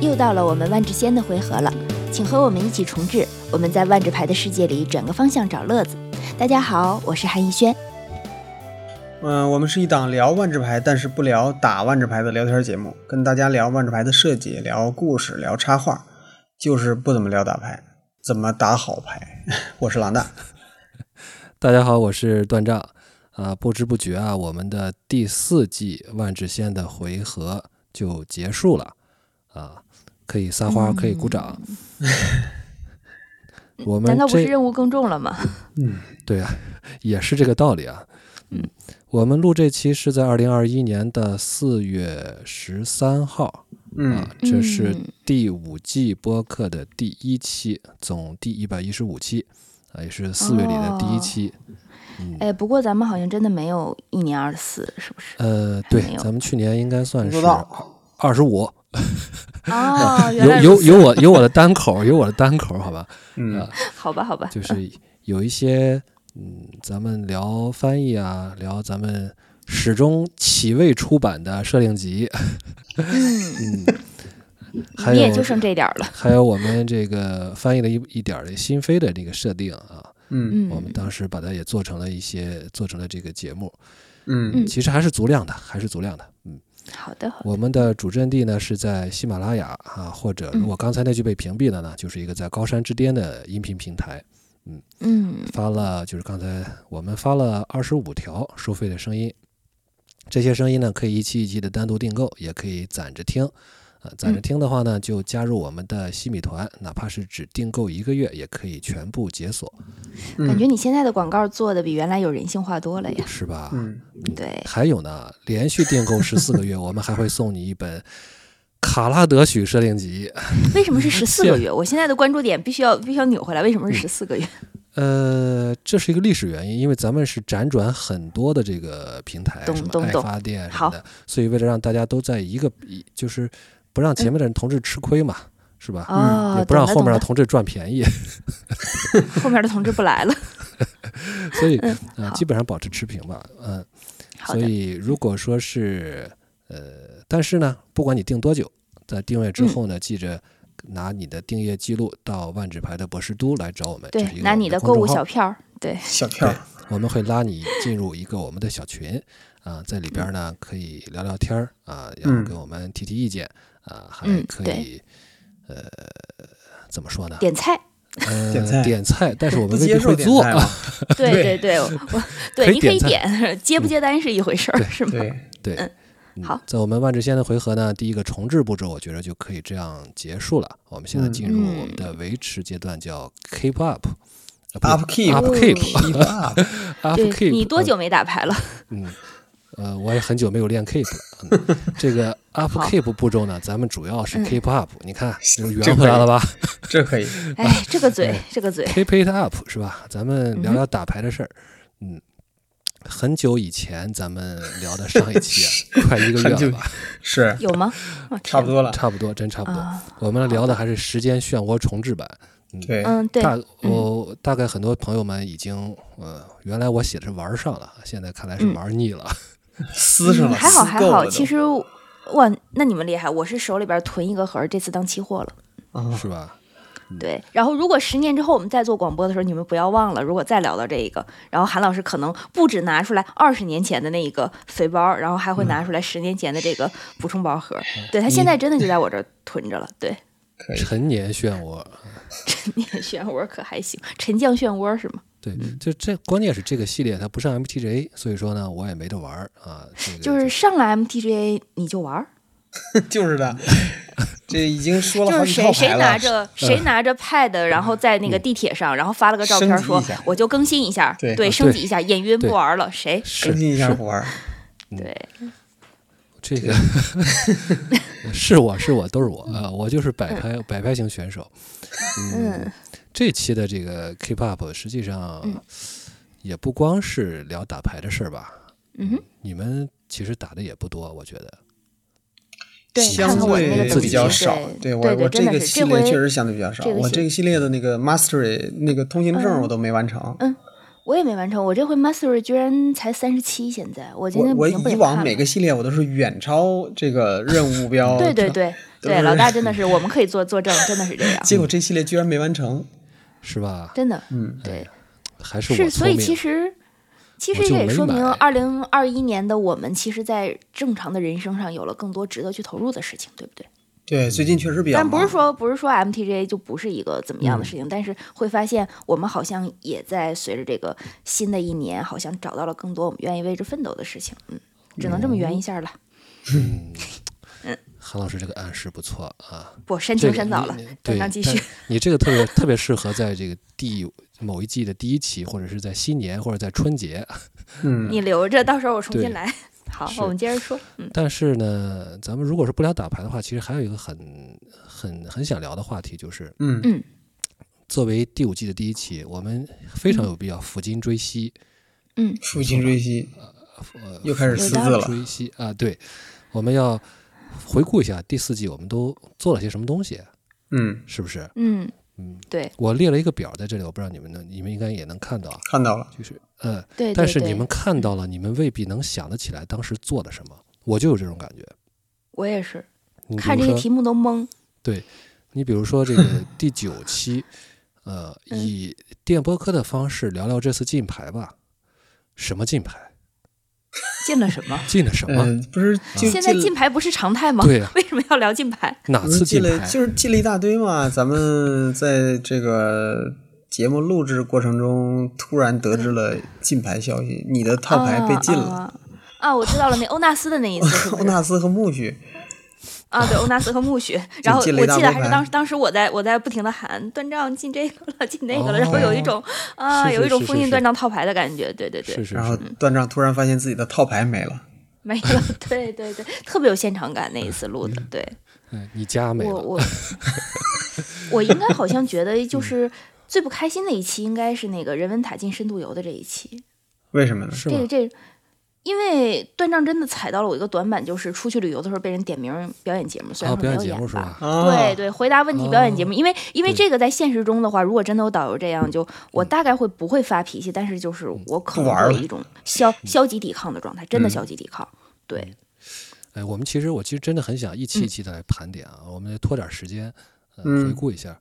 又到了我们万智仙的回合了，请和我们一起重置我们在万智牌的世界里转个方向找乐子。大家好，我是韩逸轩。嗯，我们是一档聊万智牌，但是不聊打万智牌的聊天节目，跟大家聊万智牌的设计、聊故事、聊插画，就是不怎么聊打牌，怎么打好牌。 我是郎大，大家好，我是段丈。啊，不知不觉啊，我们的第四季万智仙的回合就结束了。啊，可以撒嗯花，可以 鼓掌。我们难道不这是任务更重了吗？嗯，对啊，也是这个道理啊。嗯，我们录这期是在二零二一年的四月十三号嗯啊，这是嗯第五季播客的第一期，总第一百一十五期啊，也是四月里的第一哦期。 哎，不过咱们好像真的没有一年二十四，是不 是？呃，还对没，有咱们去年应该算不是知道，二十五，哦， 原有来如有此有我有我的单口，有我的单口，好吧，嗯啊好吧，好吧，就是有一些嗯，咱们聊翻译啊，聊咱们始终起未出版的设定集，嗯，嗯，还你也有就剩这点儿了。还有我们这个翻译了一一点儿的新飞的这个设定啊，嗯嗯，我们当时把它也做成了一些，做成了这个节目，嗯其实还是足量的，还是足量的，嗯。好的，好的，我们的主阵地呢是在喜马拉雅啊，或者如果刚才那句被屏蔽了呢，就是一个在高山之巅的音频平台，嗯发了就是刚才我们发了二十五条收费的声音，这些声音呢可以一期一期的单独订购，也可以攒着听，啊，攒着听的话呢就加入我们的西米团，哪怕是只订购一个月，也可以全部解锁，嗯，感觉你现在的广告做的比原来有人性化多了呀。是吧？嗯对，还有呢，连续订购十四个月，我们还会送你一本卡拉德许设定集。为什么是十四个 月？我现在的关注点必须要必须要扭回来，为什么是十四个月？呃，这是一个历史原因，因为咱们是辗转很多的这个平台，懂什么懂爱懂发电什好么的，所以为了让大家都在一个，一就是不让前面的人同志吃亏嘛，是吧？哦，嗯也不让懂了后面的懂同志赚便宜， 了后面的同志不来了。所以嗯呃，好基本上保持持平吧，嗯、好 所的，以如果说是呃，但是呢，不管你订多久，在订阅之嗯后呢，记着拿你的订阅记录到万智牌的博士都来找我们，这对是一，个拿我们你的的购公物众号小票儿，对，小票对，我们会拉你进入一个我们的小群，啊，在里边嗯呢可以聊聊天儿啊，然后嗯给我们提提意见啊，还嗯可对以，呃，怎么说呢？点 菜，呃点菜点菜，但是我不们未接必受会点做菜吗啊。？对对对对，我 我对可以你可以点 点，接不接单是一回事儿，对是吗？对， 对，嗯好，在我们万智仙的回合呢，第一个重置步骤，我觉得就可以这样结束了。我们现在嗯进入我们的维持阶段，叫 keep up。啊 Upkeep 不啊 upkeep， keep up，嗯 up 对 keep。你多久没打牌 了？嗯，呃，我也很久没有练 keep 了。嗯、这个 up 好 keep 步骤呢，咱们主要是嗯 keep up，、你看就是这圆回来了吧这可以，哎，这个嗯嘴，这个 嘴， ？keep it up 是吧？咱嗯们聊聊打牌的事儿。嗯，很久以前咱们聊的上 一期啊，快一个很月久了吧，是有吗？我差不天多了。 差不多，真差不多。啊，我们聊的还是时间漩涡重置版。对，嗯，对，大我、大概很多朋友们已经呃，原来我写的是玩儿上了，现在看来是嗯玩儿腻了。撕上嗯了，还好撕还够了好，都其实哇，那你们厉害，我是手里边囤一个盒儿，这次当期货了。啊是吧？对，然后如果十年之后我们再做广播的时候，你们不要忘了，如果再聊到这一个，然后韩老师可能不止拿出来二十年前的那一个肥包，然后还会嗯拿出来十年前的这个补充包盒。对他现在真的就在我这儿囤着了。对， 可哎以，陈年漩涡，陈年漩涡可还行，沉降漩涡是吗？对，嗯就这关键是这个系列它不上 MTJ，所以说呢，我也没得玩儿啊。这个就是上了 MTGA 你就玩儿， 就是的，这已经说了就好是几套谁牌谁了嗯拿，着谁拿着 Pad，然后在那个地铁上，然后发了个照升片级一说下我就更新一下，对对，啊升对级一下，演晕不对玩了，谁？是更新一下是不玩儿，对，这 个 是我是我都是我啊、呃我就是摆拍摆拍型选手。嗯，这期的这个 Keep Up 实际上嗯也不光是聊打牌的事儿吧，嗯哼，你们其实打的也不多，我觉得。对，相看看我的那对个自等比己级较少，对我对，我真这的个是系这列回确实相对比较少，这个我系这个系列的那个 mastery 那个通行证我都没完成，嗯我也没完成，我这回 mastery 居然才三十七，现在我今我天我已经不以想往看每了 个系列我都是远超这个任务目 标，对对对，对，老大真的是，我们可以做作证，真的是这样，结果这系列居然没完成。是吧？真 的，嗯，对，还是我是，所以聪明其实。其我实就这也没说明，买二零二一年的我们，其实，在正常的人生上有了更多值得去投入的事情，对不对？对，最近确实比较但不忙。是说不是说 MTJ 就不是一个怎么嗯样的事情，但是会发现我们好像也在随着这个新的一年，好像找到了更多我们愿意为之奋斗的事情。嗯，只能这哦么圆一下了，嗯嗯韩老师这个暗示不错啊，不煽情这个煽你早了你，等对上继但续。你这个特别特别适合在这个第某一季的第一期，或者是在新年或者在春节。嗯，你留着，到时候我重对新来。好，是我们接着说。嗯，但是呢，咱们如果是不聊打牌的话，其实还有一个很很很想聊的话题，就是嗯嗯作为第五季的第一期，我们非常有必要抚今追昔，嗯，负荆追昔，呃，又开始有识道字理了。追昔啊，对，我们要回顾一下第四季我们都做了些什么东西，嗯，是不是？嗯，嗯，对我列了一个表在这里，我不知道你们能，你们应该也能看到啊，看到了。就是呃，对。但对是对嗯你们看到了，你们未必能想得起来当时做的什么。我就有这种感觉。我也是你比看如这些说，题目都懵。你比如 说这个第九期，呃，嗯以电波科的方式聊聊这次进牌吧。什么进牌？进了什 么？进了什么？啊嗯，不是进现在进进牌不是常态吗？对呀、啊为什么要聊进牌？哪不是次进进了牌？就是进了一大堆嘛。咱们 在这个节目录制过程中，突然得知了禁牌消息，你的套牌被禁了。啊啊！啊我知道了，那欧纳斯的那一次是不 欧是？纳斯和苜蓿，啊，对，欧纳斯和苜蓿。然后我进记了一大得波还是牌当时，当时我在我在不停的喊断章进这个了，进那个了，然后哦有一 种啊，是有一种是是封印是断章套牌的感觉。对对是对，是然后是，段丈突然发现自己的套牌没了。没了。 对对对，特别有现场感那一次录的。对，哎，你家没我了，嗯我 我应该好像觉得就是最不开心的一期，应该是那个人文塔进深度游的这一期。为什么呢？是这吗个？这个，因为段丈真的踩到了我一个短板，就是出去旅游的时候被人点名表演节目，虽啊，然说表没演有节演目是吧。吧？啊，对对，回答问题表演节目，因为因为对这个在现实中的话，如果真的有导游这样，就我大概会不会发脾气，但是就是我可不能玩会有了一种消消极抵抗的状态，真的嗯消极抵抗。对，哎，我们其实我其实真的很想一嗯期一期的来盘点啊，我们拖点时间，呃，嗯回顾一下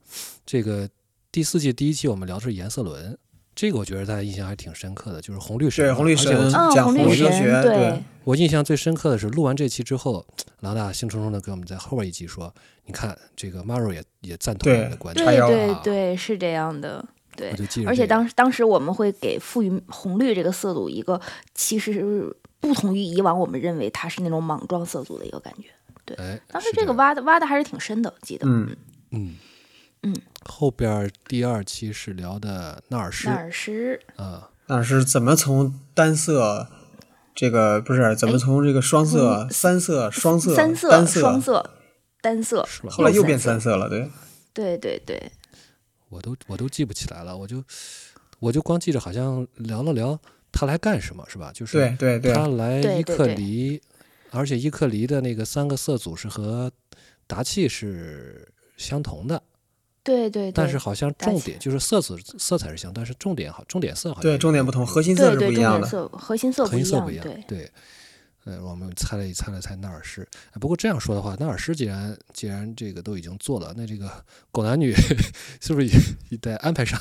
这个第四季第一期我们聊的是颜色轮，这个我觉得大家印象还挺深刻的，就是红绿神对嘛，红绿而且我神记嗯讲红绿红绿哲神学，对对，我印象最深刻的是，录完这期之后，老大兴冲冲的给我们在后边一集说：“你看，这个 Maro 也也赞同对我们的观点。叉对腰对啊对，是这样的。”对我就记着这个、而且当时当时我们会给赋予红绿这个色组一个，其实是不同于以往我们认为它是那种莽撞色组的一个感觉。哎，当时是这个样挖的挖的还是挺深的，记得。嗯，嗯嗯，后边第二期是聊的纳尔什纳尔什，啊，那是怎么从单色这个不是怎么从这个双色、三色、双色、哎三色、单双色、单色，是吧？后来又变三三。色了，对，对对对，我都我都记不起来了，我就我就光记着好像聊了聊他来干什么，是吧？就是对对对，他来对伊对克对里，而且伊克里的那个三个色组是和达契是相同的，对对对。但是好像达重契点就是色子色彩是相，但是重点好重点色好像对，是重点不同，核心对色是不对，一重样点的。色、核心色核不心一色样不一，样，对，呃，我们猜了一猜了猜纳尔什，哎不过这样说的话，纳尔什既然既然这个都已经做了，那这个狗男女 是不是也也得安排上？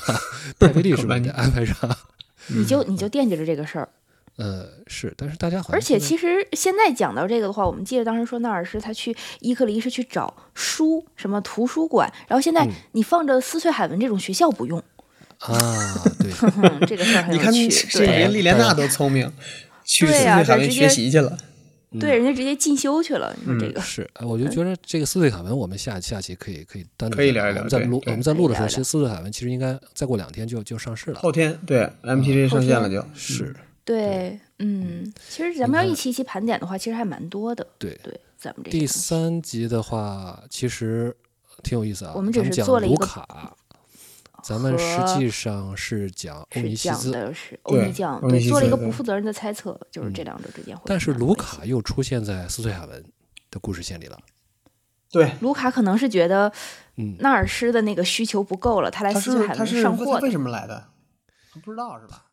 戴维利是狗不是男女也得安排上？你就嗯你就惦记着这个事儿。呃，是，但是大家好像而且现在其实现在讲到这个的话，我们记得当时说纳尔什他去伊克里是去找书，什么图书馆，然后现嗯在你放着斯翠海文这种学校不 用，啊，对， 嗯，这个事儿很你看，有这趣，这对连莉莲娜都聪明，去斯对里呀海这文直学接习去了。嗯对，人家直接进修去了，你说这个。是，呃我就觉得这个斯对卡文，我们下下期可以可以单独可以再聊一我聊们在对录我对们在录的时候，可以聊一其实斯对卡文其实应该再过两天就就上市了。后天对 MTG 上线了就，是，对，嗯，其实咱们要一期一期盘点的话，其实还蛮多的。对。对，咱们这个第东西三集的话，其实挺有意思啊。我们只咱是讲做了一卢个卡，咱们实和际上是讲欧尼是西讲斯，的是欧尼对酱，欧对，尼西做了一斯个对嗯不负责任的猜测，就是这两者之间会。但是卢，卡又出现在斯翠海文的故事线里了。对，卢卡可能是觉得嗯，纳尔施的那个需求不够了，他来他斯是海他文是上他货的为。什么来的？不知道是吧？